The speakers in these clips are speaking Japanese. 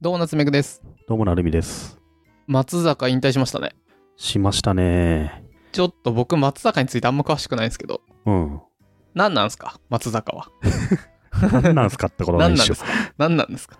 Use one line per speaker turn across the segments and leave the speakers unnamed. ドーナツメグです。
どうもなるみです。
松坂引退しましたね。
しましたね。
ちょっと僕、松坂についてあんま詳しくないんですけど、
うん。
何なんですか松坂は。
何なんすかって ことな
何
んで
なん
し
で
ょ
す。か何なんですか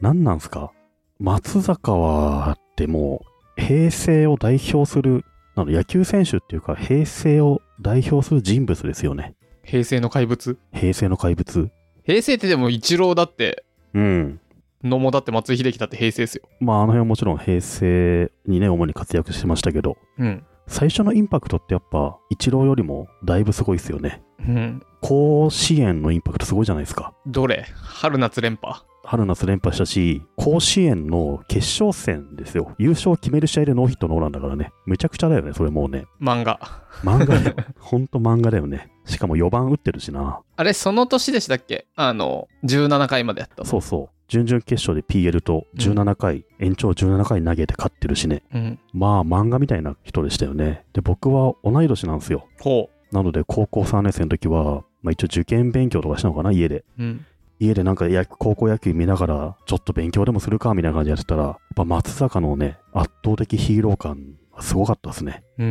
何なんすか松坂は、でも、平成を代表する、あの野球選手っていうか、平成を代表する人物ですよね。
平成の怪物
平成の怪物。
平成ってでも、一郎だって、
うん。
野茂だって松井秀喜だって平成ですよ。
まあ、あの辺はもちろん平成にね、主に活躍してましたけど、
うん。
最初のインパクトってやっぱ、一郎よりもだいぶすごいですよね。
うん。
甲子園のインパクトすごいじゃないですか。
どれ春夏連覇。
春夏連覇したし、甲子園の決勝戦ですよ。優勝を決める試合でノーヒットノーランだからね。むちゃくちゃだよね、それもうね。
漫画。
漫画だよ。ほんと漫画だよね。しかも4番打ってるしな。
あれ、その年でしたっけあの、17回までやったの。
そうそう。準々決勝で PL と17回、延長17回投げて勝ってるしね。
うん。
まあ漫画みたいな人でしたよね。で、僕は同い年なんですよ。
ほ
なので高校3年生の時は、まあ一応受験勉強とかしたのかな、家で。
う。うん。
家でなんか野高校野球見ながら、ちょっと勉強でもするかみたいな感じでやってたら、やっぱ松坂のね、圧倒的ヒーロー感がすごかったですね。
うー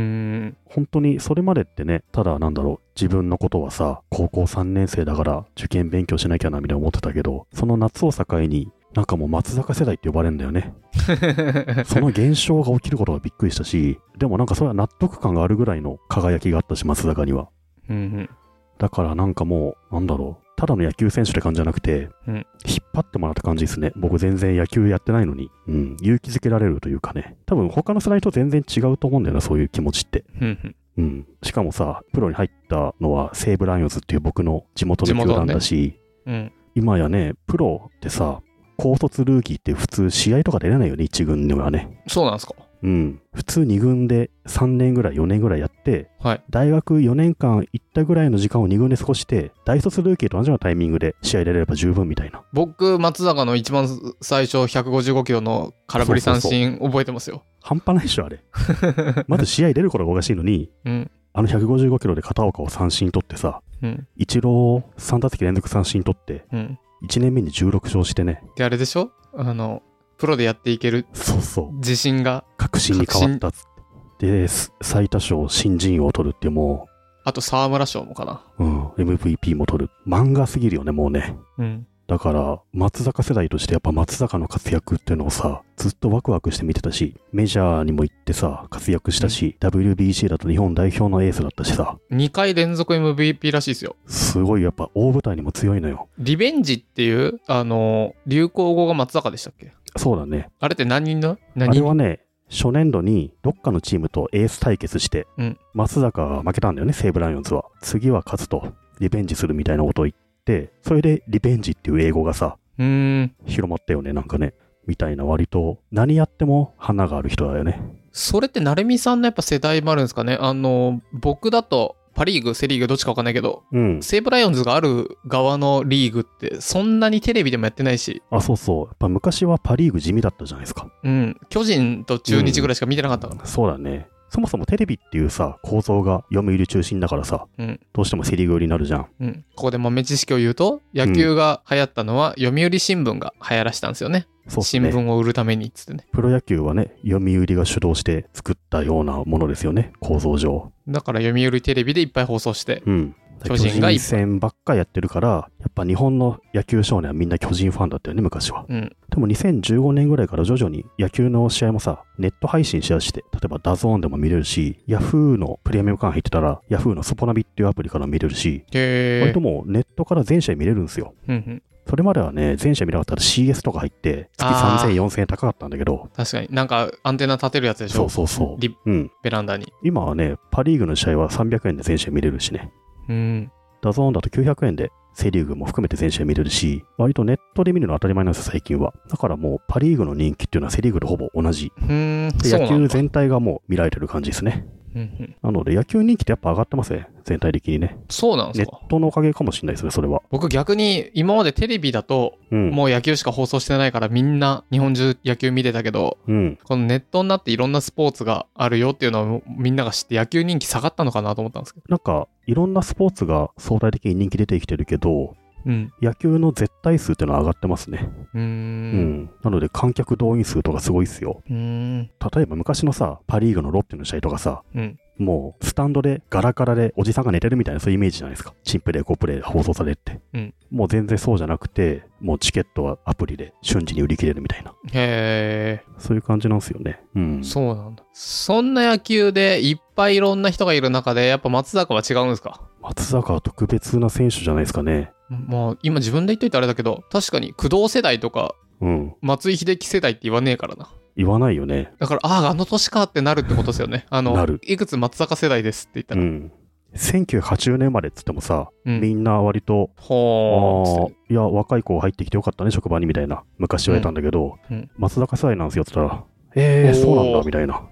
ん。
本当にそれまでってね、ただなんだろう、自分のことはさ、高校3年生だから受験勉強しなきゃなみたいな思ってたけど、その夏を境に、なんかもう松坂世代って呼ばれるんだよね。その現象が起きることがびっくりしたし、でもなんかそれは納得感があるぐらいの輝きがあったし、松坂には。
うんうん。
だからなんかもう、なんだろう、ただの野球選手って感じじゃなくて、
うん
引っ張ってもらった感じですね。僕全然野球やってないのに、うん、勇気づけられるというかね。多分他の世代と全然違うと思うんだよな、そういう気持ちって。
うんうん。
うん。しかもさ、プロに入ったのは西武ライオンズっていう僕の地元の球団だし、
うん。
今やね、プロってさ、高卒ルーキーって普通試合とか出れないよね、1軍ではね。
そうなんですか
うん。普通2軍で3年ぐらい、4年ぐらいやって、
はい。
大学4年間行ったぐらいの時間を2軍で過ごして、大卒ルーキーと同じようなタイミングで試合出れれば十分みたいな。
僕、松坂の一番最初155キロの空振り三振覚えてますよ。
半端ないっしょ、あれ。まず試合出る頃がおかしいのに、
うん。
あの155キロで片岡を三振取ってさ、
うん。
イチロー3打席連続三振取って、
うん。
1年目に16勝してね、
で、あれでしょあの、プロでやっていける
そうそう、
自信が、
確信に変わったっつって。で、す最多勝新人王を取るっても
あと沢村賞もかな。
う、うん、MVP も取る。漫画すぎるよね、もうね。
うん。
だから、松坂世代としてやっぱ松坂の活躍っていうのをさ、ずっとワクワクして見てたし、メジャーにも行ってさ、活躍したし、WBC だと日本代表のエースだったしさ、
2回連続 MVP らしいですよ。
すごいやっぱ大舞台にも強いのよ。
リベンジっていう、あの、流行語が松坂でしたっけ
そうだね。
あれって何人だ
あ
何
れはね、初年度にどっかのチームとエース対決して、
うん
松坂が負けたんだよね、西武ライオンズは。次は勝つと、リベンジするみたいなことを言って、それでリベンジっていう英語がさ、
うーん。
広まったよね、なんかね。みたいな割と、何やっても花がある人だよね。
それって成美さんのやっぱ世代もあるんですかねあの、僕だと、パ・リーグ、セ・リーグ、どっちかわかんないけど、
うん。
西武ライオンズがある側のリーグって、そんなにテレビでもやってないし、
あ、そうそう。やっぱ昔はパ・リーグ地味だったじゃないですか。
うん、巨人と中日ぐらいしか見てなかったから、
そうだね。そもそもテレビっていうさ、構造が読売中心だからさ、
うん
どうしてもセ・リーグ寄りになるじゃん。
うんここで豆知識を言うと野球が流行ったのは読売新聞が流行らしたんですよね、
そうっす
新
ね。
聞を売るためにっつってね
プロ野球はね、読売が主導して作ったようなものですよね、構造上。
だから読売テレビでいっぱい放送して
うん。
巨人がいっぱい
巨戦ばっかやってるから、やっぱ日本の野球少年はみんな巨人ファンだったよね、昔は。
うん
でも2015年ぐらいから徐々に野球の試合もさ、ネット配信しだして、例えばダゾーンでも見れるし、Yahoo のプレミアム会員入ってたら、Yahoo のスポナビっていうアプリから見れるし、
へ
割
え
と、もうネットから全試合見れるんですよ。
うんうん、
それまではね、全試合見なかったら CS とか入って、月
あー
3000、4000円高かったんだけど、
確かになんかアンテナ立てるやつでし
そ
ょ
うそうそ
リ
う。うん。
ベランダに
今はね、パ・リーグの試合は300円で全試合見れるしね、
うん
ダゾーンだと900円でセ・リーグも含めて全試合見れるし、割とネットで見るの当たり前なんですよ、最近は。だからもう、パ・リーグの人気っていうのはセ・リーグとほぼ同じ。
うーん
で
そう
野
なん
球
だ、
全体がもう見られてる感じですね。
うんうん、
なので、野球人気ってやっぱ上がってますね、全体的にね。
そうなんで
ネ
すか
ットのおかげかもしれないですね、それは。
僕逆に今までテレビだと
うん。
もう野球しか放送してないからみんな日本中野球見てたけど
うん。
このネットになっていろんなスポーツがあるよっていうのはもうみんなが知って野球人気下がったのかなと思ったんですけど。
なんか、いろんなスポーツが相対的に人気出てきてるけど、
うん。
野球の絶対数っていうのは上がってますね。
うーん。
うん。なので観客動員数とかすごいっすよ。
うーん。
例えば昔のさ、パリーグのロッテの試合とかさ、
うん。
もうスタンドでガラガラでおじさんが寝てるみたいなそういうイメージじゃないですか。チンプレイ、コプレイで放送されるって。
うん
もう全然そうじゃなくて、もうチケットはアプリで瞬時に売り切れるみたいな。
へえ、
そういう感じなんですよね。うん。
そうなんだ。そんな野球でいっぱいいろんな人がいる中で、やっぱ松坂は違うんですか
松坂は特別な選手じゃないですかね。
まあ、今自分で言っといてあれだけど、確かに工藤世代とか
うん。
松井秀喜世代って言わねえからな。
言わないよね。
だから、ああ、あの年かってなるってことですよね。あ
な
の
る、
いくつ松坂世代ですって言った
う
ら。
ん。1980年生まれっつってもさ、
うん
みんな割と
ほー
あ
っつって
あ、いや、若い子入ってきてよかったね、職場にみたいな、昔は言えたんだけど、
うんうん
松坂世代なんですよって言ったら、え
お
ー、
ー
そうなんだ、みたい な、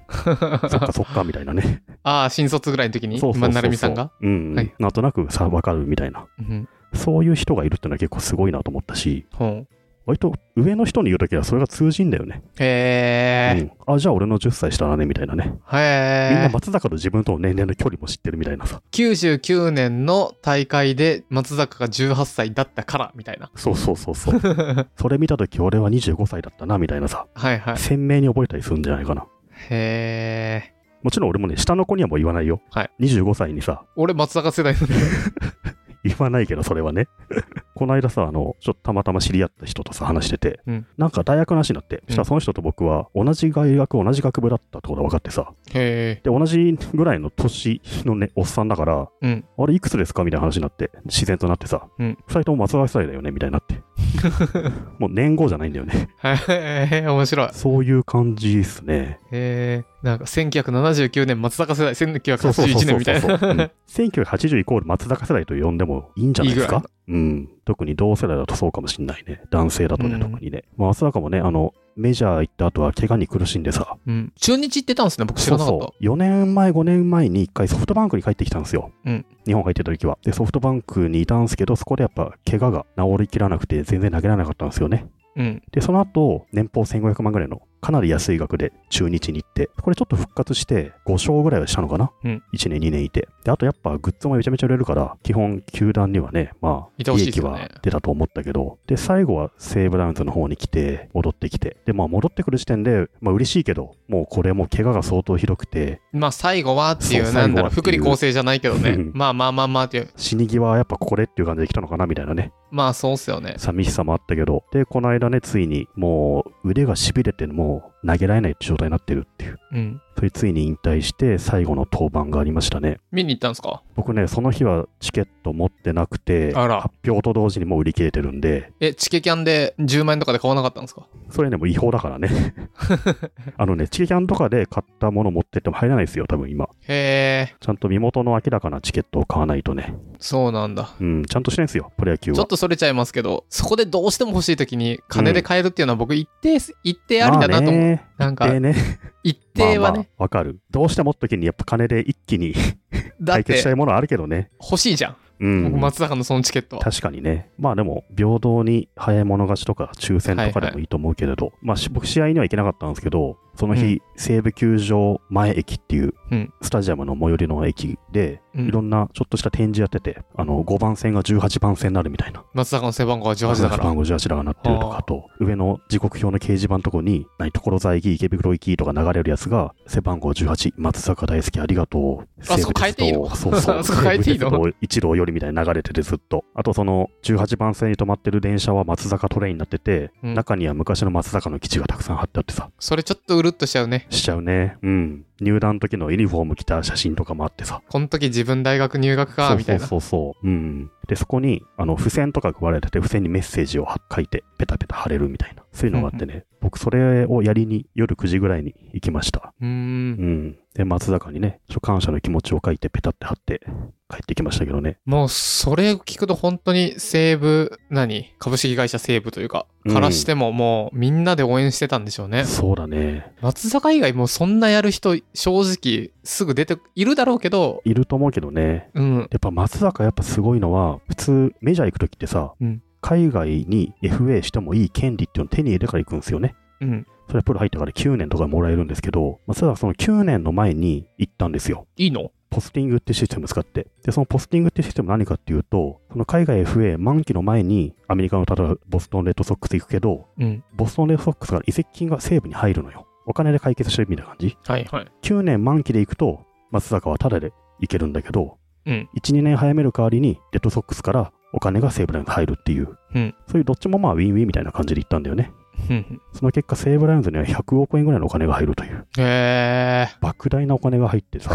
そっかそっか、みたいなね。
ああ、新卒ぐらいの時に、
そうそうそうそう
今成美さんが。
うん、
はい
なんとなくさ、わかるみたいな。
うん。
そういう人がいるってのは結構すごいなと思ったし、
ほう
割と上の人に言うときはそれが通じんだよね。
へえ、
うん、あ、じゃあ俺の10歳下だね、みたいなね。みん
へ
な
え。
松坂と自分との年齢の距離も知ってるみたいなさ。
99年の大会で松坂が18歳だったから、みたいな。
そうそうそうそう。 それ見たとき俺は25歳だったな、みたいなさ。
はいはい。
鮮明に覚えたりするんじゃないかな。
へえ。
もちろん俺もね、下の子にはもう言わないよ。
はい
25歳にさ、
俺、松坂世代なんだ。
言わないけど、それはね。 この間さ、あの、ちょっとたまたま知り合った人とさ、話してて、
うん
なんか大学の話になって、そした
うん
らその人と僕は同じ大学、同じ学部だったってことが分かってさ、
へえ。
で、同じぐらいの年のね、おっさんだから、
うん
あれ、いくつですかみたいな話になって、自然となってさ、
うん
二人とも松坂世代だよねみたいに なって。もう年号じゃないんだよね。
へえ、面白い。へ
そういう感じですね。
え。なんか、1979年松坂世代、
そうそうそう
1981
そう
年みたい
そううん
な。
1980イコール松坂世代と呼んでもいいんじゃないです
いい
かうん。特に同世代だとそうかもしんないね。男性だとね、
うん
特にね。まあ、松坂もね、あの、メジャー行った後は怪我に苦しんでさ、
うん。中日行ってたんですね、僕知らなか
そ
っ
う
た。
そう4年前、5年前に1回ソフトバンクに帰ってきたんですよ。
うん
日本入ってた時は。で、ソフトバンクにいたんですけど、そこでやっぱ怪我が治りきらなくて全然投げられなかったんですよね。
うん。
で、その後、年俸1500万ぐらいの、かなり安い額で中日に行って、これちょっと復活して、5勝ぐらいはしたのかな、
うん
1年、2年いて。で、あとやっぱグッズもめちゃめちゃ売れるから、基本、球団にはね、まあ、
いて
利
ほしいです
益
よね
は出たと思ったけど、で、最後は西武ラウンズの方に来て、戻ってきて。で、まあ、戻ってくる時点で、まあ、嬉しいけど、もうこれも怪我が相当ひどくて、
まあ、最後はってい、
そうう
なんだろう、
最後はって
福
いう
利厚生じゃないけどね
う。ん
まあまあまあまあっていう。
死に際はやっぱこれっていう感じで来たのかな、みたいなね、
まあ、そうっすよね。
寂しさもあったけど、で、この間ね、ついに、もう、腕が痺れて、もう、投げられない状態になってるっていう。
うん。
それついに引退して最後の登板がありましたね。
見に行ったんですか
僕ね、その日はチケット持ってなくて、
あら
発表と同時にもう売り切れてるんで、
え、チケキャンで10万円とかで買わなかったんですか
それね、もう違法だか らね。あのね、チケキャンとかで買ったもの持ってっても入らないですよ、多分今。
へえ、
ちゃんと身元の明らかなチケットを買わないとね。
そうなんだ。
うん、ちゃんとしないですよ、プロ野球
ちょっ
は。
とそれちゃいますけど、そこでどうしても欲しいときに金で買えるっていうのは僕一定す、一定ありだなと思う。
ね。
なんか、
でね、
一
まあ
定は
まあ
ね、、
わかる。どうしてもっときにやっぱ金で一気に
だっ
解決した
て
いものはあるけどね。
欲しいじゃん。
うん。
僕松坂のそのチケットは。
確かにね。まあでも、平等に早い者勝ちとか、抽選とかでもいいと思うけれど、まあし僕、試合には行けなかったんですけど、その日、
うん
西武球場前駅っていう
うん、
スタジアムの最寄りの駅で、
うん
いろんなちょっとした展示やってて、あの、5番線が18番線になるみたいな。
松坂の背番号は18だか
18番
ら。
号18だからなってると
は
か、
あ
あと、上の時刻表の掲示板のとこに、何、所沢駅、池袋行きとか流れるやつが、背番号18、松坂大好きありがとう。
あそこ変えていいの
西武鉄道そうそう。
あ そこ変えていいの
西武鉄道一郎よりみたいに流れててずっと。あと、その、18番線に止まってる電車は松坂トレインになってて、
うん
中には昔の松坂の基地がたくさん貼ってあってさ、
それちょっとうるっとしちゃうね。
しちゃうね。うん。入団の時のユニフォーム着た写真とかもあってさ。
この時自分大学入学か、みたいな。
そうそうそうそう。うん。で、そこに、あの、付箋とか配られてて、付箋にメッセージを書いて、ペタペタ貼れるみたいな。そういうのがあってね、僕、それをやりに、夜9時ぐらいに行きました。
うー。
うんん。で、松坂にね、ちょっと感謝の気持ちを書いて、ペタって貼って、帰ってきましたけどね。
もう、それ聞くと本当に西武、何株式会社西武というか、
うん
からしてももうみんなで応援してたんでしょうね。
そうだね。
松坂以外もうそんなやる人、正直すぐ出ているだろうけど、
いると思うけどね。
うん。
やっぱ松坂やっぱすごいのは、普通、メジャー行くときってさ、
うん
海外に FA してもいい権利っていうのを手に入れてから行くんですよね。
うん。
それはプロ入ってから9年とかもらえるんですけど、松坂はその9年の前に行ったんですよ。
いいの
ポスティングっていうシステムを使って。で、そのポスティングっていうシステムは何かっていうと、その海外 FA 満期の前に、アメリカの例えばボストンレッドソックス行くけど、
うん。
ボストンレッドソックスから移籍金が西武に入るのよ。お金で解決してるみたいな感じ。
はいはい。
9年満期で行くと、松坂はタダで行けるんだけど、
うん。
1、2年早める代わりに、レッドソックスからお金が西武ライオンズに入るっていう、
うん
そういうどっちもまあウィンウィンみたいな感じで行ったんだよね。
うん
その結果、西武ライオンズには100億円ぐらいのお金が入るという、
へえ。
莫大なお金が 入ってさ、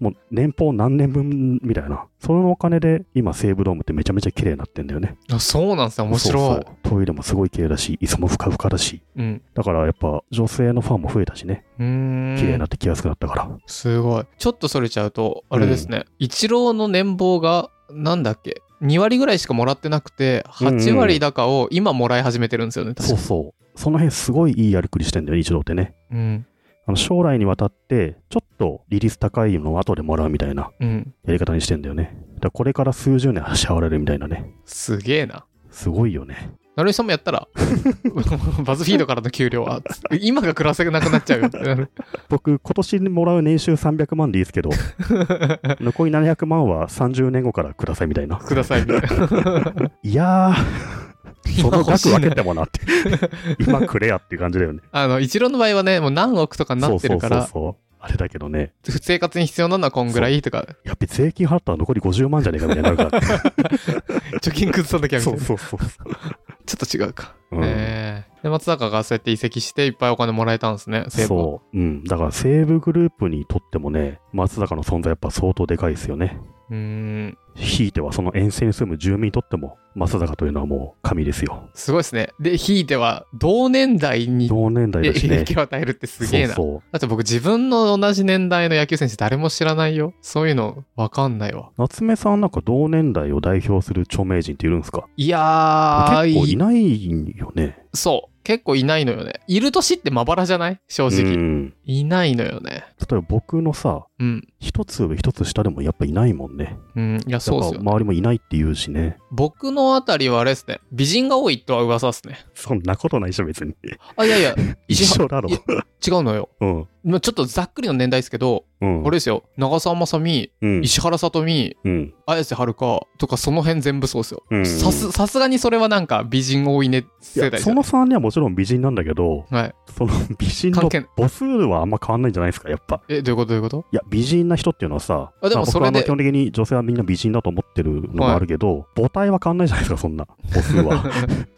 もう年俸何年分みたいな、そのお金で今、西武ドームってめちゃめちゃ綺麗になってんだよね。
あそうなんですね。面白い。
そうそうトイレもすごい綺麗だし、椅子もふかふかだし、
うん。
だからやっぱ女性のファンも増えたしね、
うーん。
綺麗になってきやすくなったから。
すごい。ちょっとそれちゃうと、あれですね、イチローの年俸が、なんだっけ、2割ぐらいしかもらってなくて、8割高を今もらい始めてるんですよね、確
そ
か
うそう。その辺すごいいいやりくりしてんだよね、一郎ってね。
うん。
あの将来にわたって、ちょっと利率高いのを後でもらうみたいな
うん。
やり方にしてんだよね。だからこれから数十年支払われるみたいなね。
すげえな。
すごいよね。
なるみさんもやった ら、バズフィードからの給料は、今が暮らせなくなっちゃうよってなる。
僕、今年もらう年収300万でいいですけ ど、残り700万は30年後からくださいみたいな。
くださいみたいな。
いやー、 そ
今
の
欲しい
額分け
ね。
てもなって。 今くれやっていう感じだよね。
あの、イチローの場合はね、もう何億とかになってるから、
そうそうそうそう。あれだけどね、
生活に必要なのはこんぐらいとか、
やっぱり税金払ったら残り50万じゃねえかみたいになる から。
貯金崩さなきゃみたい
そう
な。
そうそう。
ちょっと違うか。
うん
ええで、松坂がそうやって移籍して、いっぱいお金もらえたんですね、西武は
そう。うん。だから西武グループにとってもね、松坂の存在やっぱ相当でかいですよね。
うーん。
ひいてはその沿線に住む住民にとっても、松坂というのはもう神ですよ。
すごいですね。で、ひいては、同年代に
同年代だしね。
影響を与えるってすげえな。
そうそう。
だって僕、自分の同じ年代の野球選手誰も知らないよ。そういうの、わかんないわ。
夏目さんなんか同年代を代表する著名人っているんですか
いやー、
結構い
い
ないよね。
そう。結構いないのよね。いる年ってまばらじゃない正
う
直。
ん。例
いないのよね。
えば僕のさ、
うん。
一つ上一つ下でもやっぱいないもんね。
うん。いや、
や
そ
っ
うで
ぱ
すよね。
周りもいないって言うしね。
僕のあたりはあれですね。美人が多いとは噂ですね。
そんなことないでしょ、別に。
あ、いやいや、
一緒だろ
い。違うのよ。
うん。
まあちょっとざっくりの年代ですけど、
うん。
あれですよ。長澤まさみ、
うん。
石原さとみ、
うん。
綾瀬はるかとかその辺全部そうですよ。
うん
さす、さすがにそれはなんか美人多いね
い
世代
や
です
そ
よね
の3人はもちろん美人なんだけど、
はい。
その美人の
関係ない
母数はあんま変わんないんじゃないですか、やっぱ。
え、どういうことどういう こと
いや、美人な人っていうのはさ、
あでも
ま
それで
僕はあの基本的に女性はみんな美人だと思ってるのもあるけど、母体は変わんないじゃないですか、そんな、母数 は。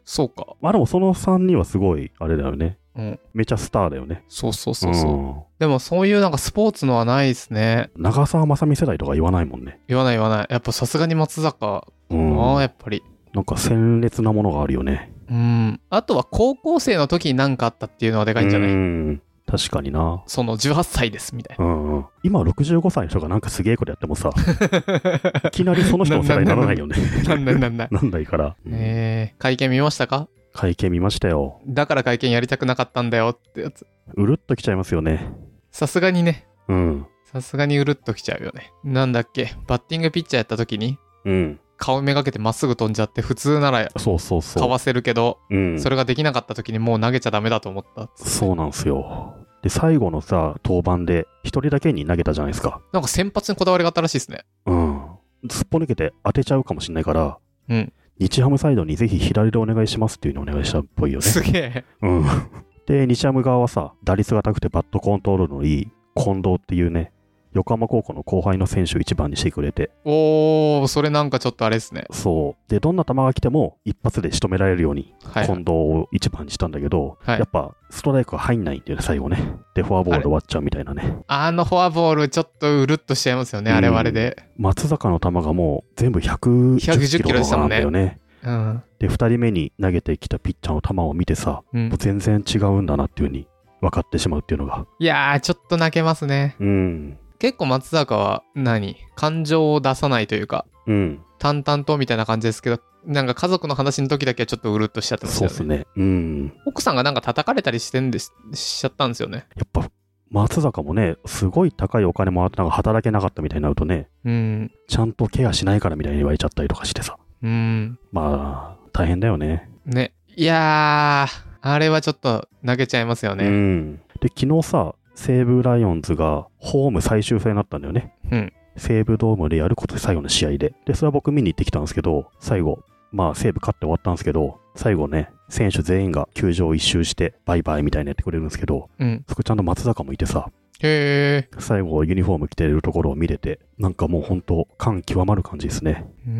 そうか。
まあでもその3人はすごい、あれだよね。
うん
めちゃスターだよね。
そうそうそうそう。
ん
でもそういうなんかスポーツのはないですね。
長澤まさみ世代とか言わないもんね。
言わない言わない。やっぱさすがに松坂
う
あ
ん。
あやっぱり。
なんか鮮烈なものがあるよね。
うん。あとは高校生の時に何かあったっていうのはでかいんじゃない、
うん。確かにな。
その18歳ですみたいな。
うんうん、今65歳の人がなんかすげえことやってもさ、いきなりその人の世代にならないよね。
なんないなんない。
なんないから。うん
えー、会見見ましたか
会見見ましたよ。
だから会見やりたくなかったんだよってやつ。
うるっときちゃいますよね。
さすがにね、
うん。
さすがにうるっときちゃうよね。なんだっけ、バッティングピッチャーやった時に、
うん。
顔めがけてまっすぐ飛んじゃって、普通なら
そうそうそう。
かわせるけど、
うん、
それができなかった時にもう投げちゃダメだと思ったっつって。
そうなんですよ。で、最後のさ、登板で、一人だけに投げたじゃないですか。
なんか先発にこだわりがあったらしいですね。
うん。すっぽ抜けて当てちゃうかもしれないから、
うん
日ハムサイドにぜひ左でお願いしますっていうのをお願いしたっぽいよね。
すげえ。
うん。 で、日ハム側はさ、打率が高くてバットコントロールのいい近藤っていうね、横浜高校の後輩の選手を一番にしてくれて、
おー、それなんかちょっとあれですね。
そう。で、どんな球が来ても一発で仕留められるように、
はい。
近藤を一番にしたんだけど、
はい
やっぱストライクが入んないんだよね、最後ね。で、フォアボールで終わっちゃうみたいなね。
あのフォアボール、ちょっとうるっとしちゃいますよね、あれはあれで。
松坂の球がもう全部110
110キ
キ
ロ
ロ
でしたも
なん
んね
だよね。
うん。
で、2人目に投げてきたピッチャーの球を見てさ、
うん
もう、全然違うんだなっていう風に分かってしまうっていうのが。
いやー、ちょっと泣けますね。
うん。
結構松坂は何、感情を出さないというか、
うん。
淡々とみたいな感じですけど、なんか家族の話の時だけはちょっとうるっとしちゃってました
そう
よ
っ
ね。
すね。うん。
奥さんがなんか叩かれたりしてんでししちゃったんですよね。
やっぱ、松坂もね、すごい高いお金もらってなんか働けなかったみたいになるとね、
うん。
ちゃんとケアしないからみたいに言われちゃったりとかしてさ。
うん。
まあ、大変だよね。
ね。いやー、あれはちょっと投げちゃいますよね。
うん。で、昨日さ、西武ライオンズがホーム最終戦になったんだよね。
うん
西武ドームでやることで最後の試合で。で、それは僕見に行ってきたんですけど、最後、まあ西武勝って終わったんですけど、最後ね、選手全員が球場を一周して、バイバイみたいにやってくれるんですけど、
うん。
そこちゃんと松坂もいてさ、
へえ。
最後ユニフォーム着てるところを見れて、なんかもう本当感極まる感じですね。
うー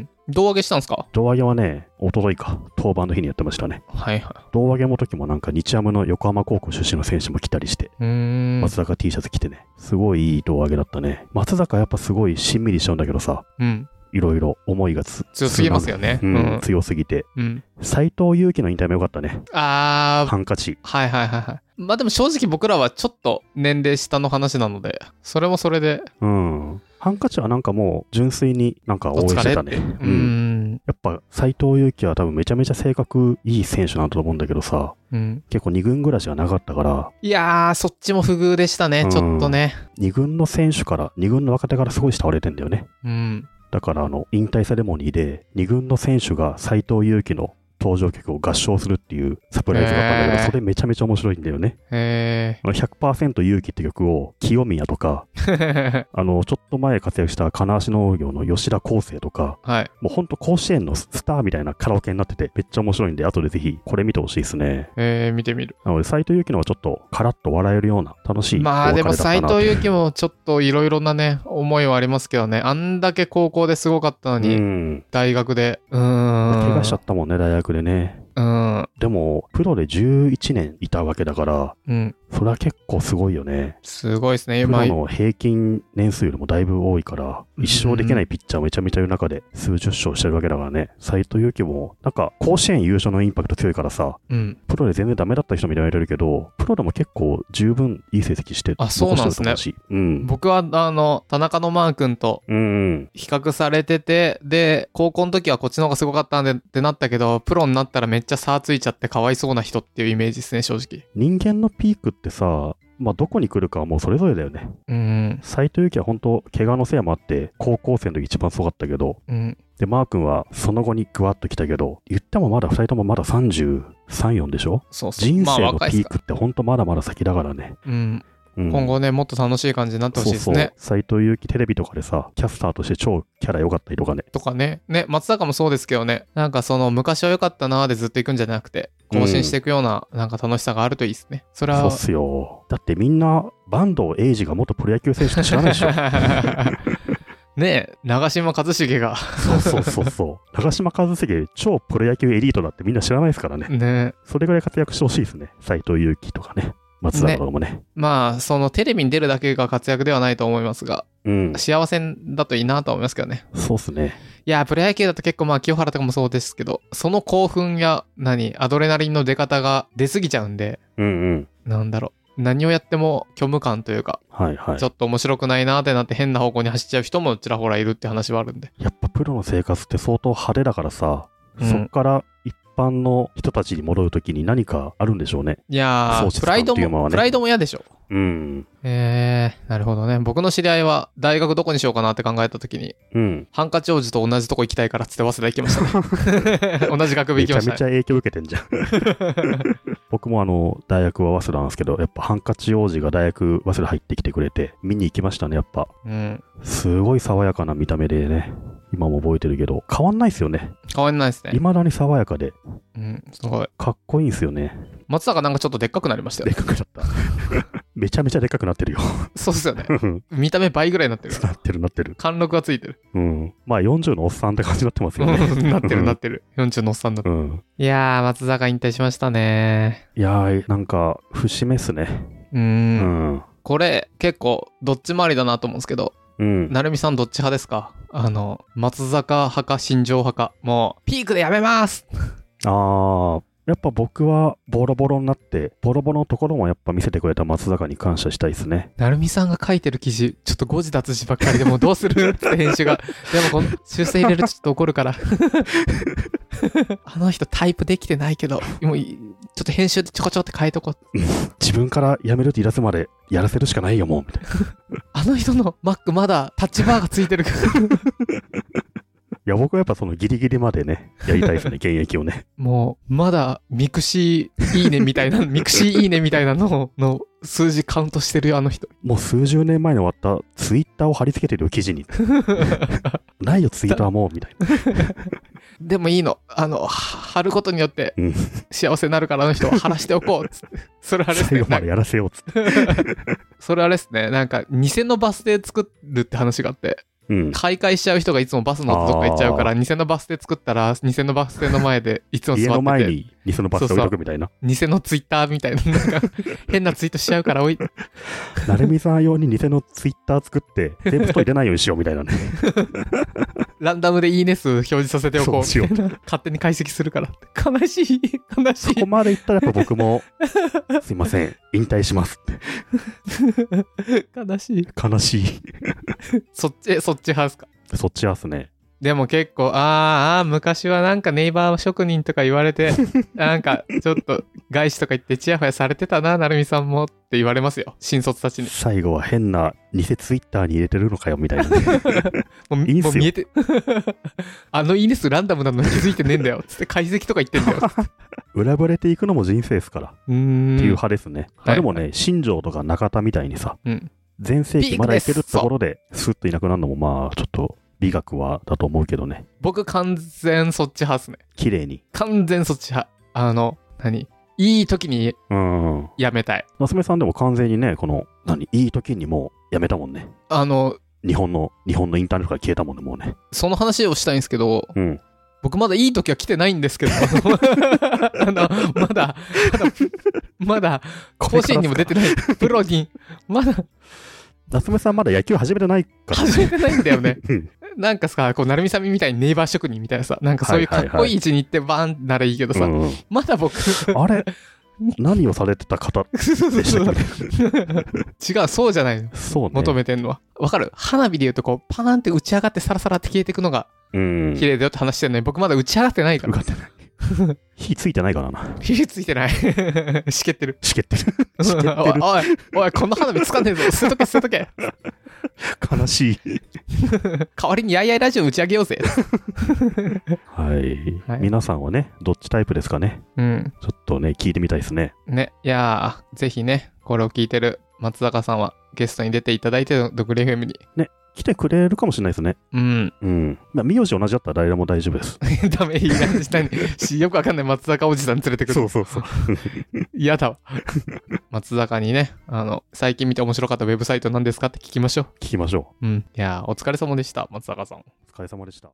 ん。胴上げしたんすか
胴上げはね、一昨日か、登板の日にやってましたね。
はいは
胴上げの時もなんか日ハムの横浜高校出身の選手も来たりして、
い。うーん。
松坂 T シャツ着てね、すごいいい胴上げだったね。松坂やっぱすごいしんみりしちゃうんだけどさ、
うん。
いろいろ思いがつ
強すぎますよね。
う、
うんん。
強すぎて。
うん。
斎藤佑樹の引退も良かったね。
あー、
ハンカチ。
はいはいはいはい。まあでも正直僕らはちょっと年齢下の話なので、それもそれで、
うん。ハンカチはなんかもう純粋になんか応
お
援
疲
して
れ
た
って。
ね。
うー
うん。
ん。
やっぱ斎藤佑樹は多分めちゃめちゃ性格いい選手なんだと思うんだけどさ、
うん。
結構2軍ぐらいしかなかったから、
いやー、そっちも不遇でしたね、ちょっとね。
2軍の選手から、2軍の若手からすごい慕われてんだよね。
うん。
だからあの、引退セレモニーで、2軍の選手が斎藤佑樹の登場曲を合唱するっていうサプライズがあったんだけ
へ
ど、
ー
それめちゃめちゃ面白いんだよね。
へ
あの100%勇気って曲を清宮とか、
え。
あの、ちょっと前活躍した金足農業の吉田康生とか、
はい。
もうほんと甲子園のススターみたいなカラオケになってて、めっちゃ面白いんで、後でぜひこれ見てほしいですね。
えー、見てみる。
なので、斎藤佑樹のはちょっとカラッと笑えるような楽しいお別れ
まあでも
だったな
斎
と
藤佑樹もちょっといろいろなね、思いはありますけどね。あんだけ高校ですごかったの
う
に、
ん。
大学で。うーん。
怪我しちゃったもんね、大学でね。
うん。
でも、プロで11年いたわけだから、
うん。
それは結構すごいよね。
すごいですね。
プ
今
ロ、の平均年数よりもだいぶ多いから、
うん
一生できないピッチャーめちゃめちゃいる中で数十勝してるわけだからね、斎藤佑樹も、なんか甲子園優勝のインパクト強いからさ、
うん。
プロで全然ダメだった人みたいに言われるけど、プロでも結構十分いい成績して
あそうなんですね
残してると思うしうん。
僕は、あの、田中のマー君と
うん。
比較されてて、で、高校の時はこっちの方がすごかったんでってなったけど、プロになったらめっちゃ差ついちゃってかわいそうな人っていうイメージですね、正直。
人間のピークってさ、まあ、どこに来るかはもうそれぞれだよね。
うん。
斎藤佑樹は本当、怪我のせいもあって、高校生の時一番すごかったけど、
うん。
で、マー君はその後にグワッと来たけど、言ってもまだ2人ともまだ33、4でしょ
そうそう。
人
まあ
生の
若い
ピ
っ
ー
すか
クって本当まだまだ先だからね。
らうん。
うん
今後ね、もっと楽しい感じになってほしいですね。
そうそう。斎藤佑樹テレビとかでさ、キャスターとして超キャラ良かったりとかね。
とかね。ね、松坂もそうですけどね。なんかその、昔は良かったなーでずっと行くんじゃなくて、更新していくような、なんか楽しさがあるといいですね。それ
そう
は
っ、すよ。だってみんな、坂東英二が元プロ野球選手って知らないでしょ。
ねえ、長嶋一茂が
そうそうそうそう。長嶋一茂、超プロ野球エリートだってみんな知らないですから ね。
ねえ
それぐらい活躍してほしいですね。斎藤佑樹とかね。松坂とかもね。
まあそのテレビに出るだけが活躍ではないと思いますが
うん。
幸せだといいなとは思いますけどね
そうっすね。
いやプロ野球だと結構まあ清原とかもそうですけどその興奮や何アドレナリンの出方が出過ぎちゃうんで
うんうん。
なんだろう何をやっても虚無感というか、
はいはい
ちょ。っと面白くないなってなって変な方向に走っちゃう人もちらほらいるって話はあるんで
やっぱプロの生活って相当派手だからさ、
うん
そっから一般の人たちに戻るときに何かあるんでしょうね。
いや
喪
ー
失
プライ
感
ド
っていうの
も、
はね
プライドも嫌でしょ
うん。
えー、なるほどね僕の知り合いは大学どこにしようかなって考えた時に
うん。
ハンカチ王子と同じとこ行きたいからっつって早稲田行きま したね。 同じ学部
め
行き
ちゃ
まし
め
た
ち
ね
ゃ。影響受けてん じゃん。僕もあの、大学は早稲田なんですけど、やっぱハンカチ王子が大学早稲田入ってきてくれて、見に行きましたね、やっぱ。
うん。
すごい爽やかな見た目でね、今も覚えてるけど、変わんないっすよね。
変わんないですね。
未だに爽やかで、
うん。すごい。
かっこいいんすよね。
松坂なんかちょっとでっかくなりましたよ
でっ
ね。
かくな った。めちゃめちゃでっかくなってるよ。
そうですよね。
な
見た目倍ぐらいになってる。
ってるなってる。
貫禄がついてる。
うん。まあ40のおっさんって感じになってますよね。
なってるなってる。40のおっさんだと。
うん。
いやー、松坂引退しましたね。
いやー、なんか、節目っすね。
うー。
うんん。
これ、結構、どっち回りだなと思うんですけど、
うん。
成美さんどっち派ですかあの、松坂派か新庄派か。もう、ピークでやめます
あー、やっぱ僕はボロボロになって、ボロボロのところもやっぱ見せてくれた松坂に感謝したいですね。
成美さんが書いてる記事、ちょっと誤字脱字ばっかり でもうどうするって編集が。でもこの修正入れるとちょっと怒るから。 あの人タイプできてないけど、もういちょっと編集でちょこちょこって変えとこう。
自分から辞めるって言い出すまでやらせるしかないよ、もう。みたいな。
あの人のマックまだタッチバーがついてるから。
いや、僕はやっぱそのギリギリまでね、やりたい ですね、現役をね。
もう、まだ、ミクシーいいねみたい な、ミクシーいいねみたいなのをの数字カウントしてるよ、あの人。
もう数十年前に終わったツイッターを貼り付けてるよ記事に。ないよ、ツイッターもう、みたいな。
でもいいの。あの、は貼ることによって
うん、
幸せになるからあの人を貼らしておこうっつって。それあれです
最
ね
後。までやらせようっつって。
それあれですね。なんか、偽のバス停作るって話があって、
うん。
開会しちゃう人がいつもバス乗ってどっか行っちゃうから、偽のバス停作ったら、偽のバス停の前 でいつも
家
座
の
っ
前
てて、
に偽のバスを置いとくみたいな。
偽のツイッターみたいな、なん か、変なツイートしちゃうから、おい、
なるみさん用に偽のツイッター作って、全部人入れないようにしようみたいなね。
ランダムでいいね数表示させておこうみた
そう
いな。勝手に解析するからって。悲しい、悲し
そこ
い。
までいったらやっぱ僕も、すいません、引退しますって。
悲しい。
悲しい。
そっち、えそっち派ですか
そっちはっすね。
でも結構、あーあー、昔はなんかネイバー職人とか言われ て、なんかちょっと外資とか言ってチヤホヤされてたな、成美さんもって言われますよ。新卒たちに。
最後は変な偽ツイッターに入れてるのかよみたいなね。
もう
いいんす
も
よ
う見えて、 あのイネスランダムなのに気づいてねえんだよ。つって解析とか言って んだよ。
裏ぶれていくのも人生ですから。
うー。
っていうん派ですね。
はい
あでもね、新庄とか中田みたいにさ、
うん
全盛期まだいけ
ピーク
る
です
ところで、スッといなくなるのも、まあ、ちょっと美学はだと思うけどね、
僕完全そっち派っすね。
綺麗に。
完全そっち派。あの、何いい時に
うん。
辞めたい。
夏目さんでも完全にね、この、何、いい時にもうやめたもんね。
あの、
日本の、日本のインターネットから消えたもんね、もうね。
その話をしたいんですけど、
うん。
僕まだいい時は来てないんですけど、あのあの、まだ、まだ、まだ、甲子園にも出てない、プロに、まだ
夏目さんまだ野球始めてないから。
始めてないんだよね。
うん
なんかさ、こう、成美さんみたいにネイバー職人みたいなさ、なんかそういう
は
か
いはい
っ
はい
こいい位置に行ってバーンならいいけどさ、
うんうん
まだ僕、
あれ何をされてた方
そうそう
でし
そ
た
う
っけ
違う、そうじゃないの。
そうね。
求めてんのは。わかる花火で言うとこう、パーンって打ち上がってサラサラって消えていくのが
うん。
綺麗だよって話してるのに、僕まだ打ち上がってないか
受
ら。
かってない。火ついてないからな。
火ついてない。 しけって る。
しけってる。しけってる
おい、 おい、おい、この花火つかねえぞ。捨てとけ、捨てとけ。
悲しい。
代わりにやいやいラジオ打ち上げようぜ。
はい。
はい
皆さんはね、どっちタイプですかね。
うん。
ちょっとね、聞いてみたいですね。
ね。いやー、ぜひね、これを聞いてる松坂さんはゲストに出ていただいて、独立 FM に。
来てくれるかもしれないですね。
うん。
うん。まあ、名字同じだったら誰でも大丈夫です。
ダメ、いい話したいし、 よくわかんない松坂おじさん連れてくる。
そうそう。
嫌だわ。 松坂にね、あの、最近見て面白かったウェブサイト何ですかって聞きましょ
聞きましょ
う。うん。いやー、お疲れ様でした、松坂さん。
う。お疲れ様でした。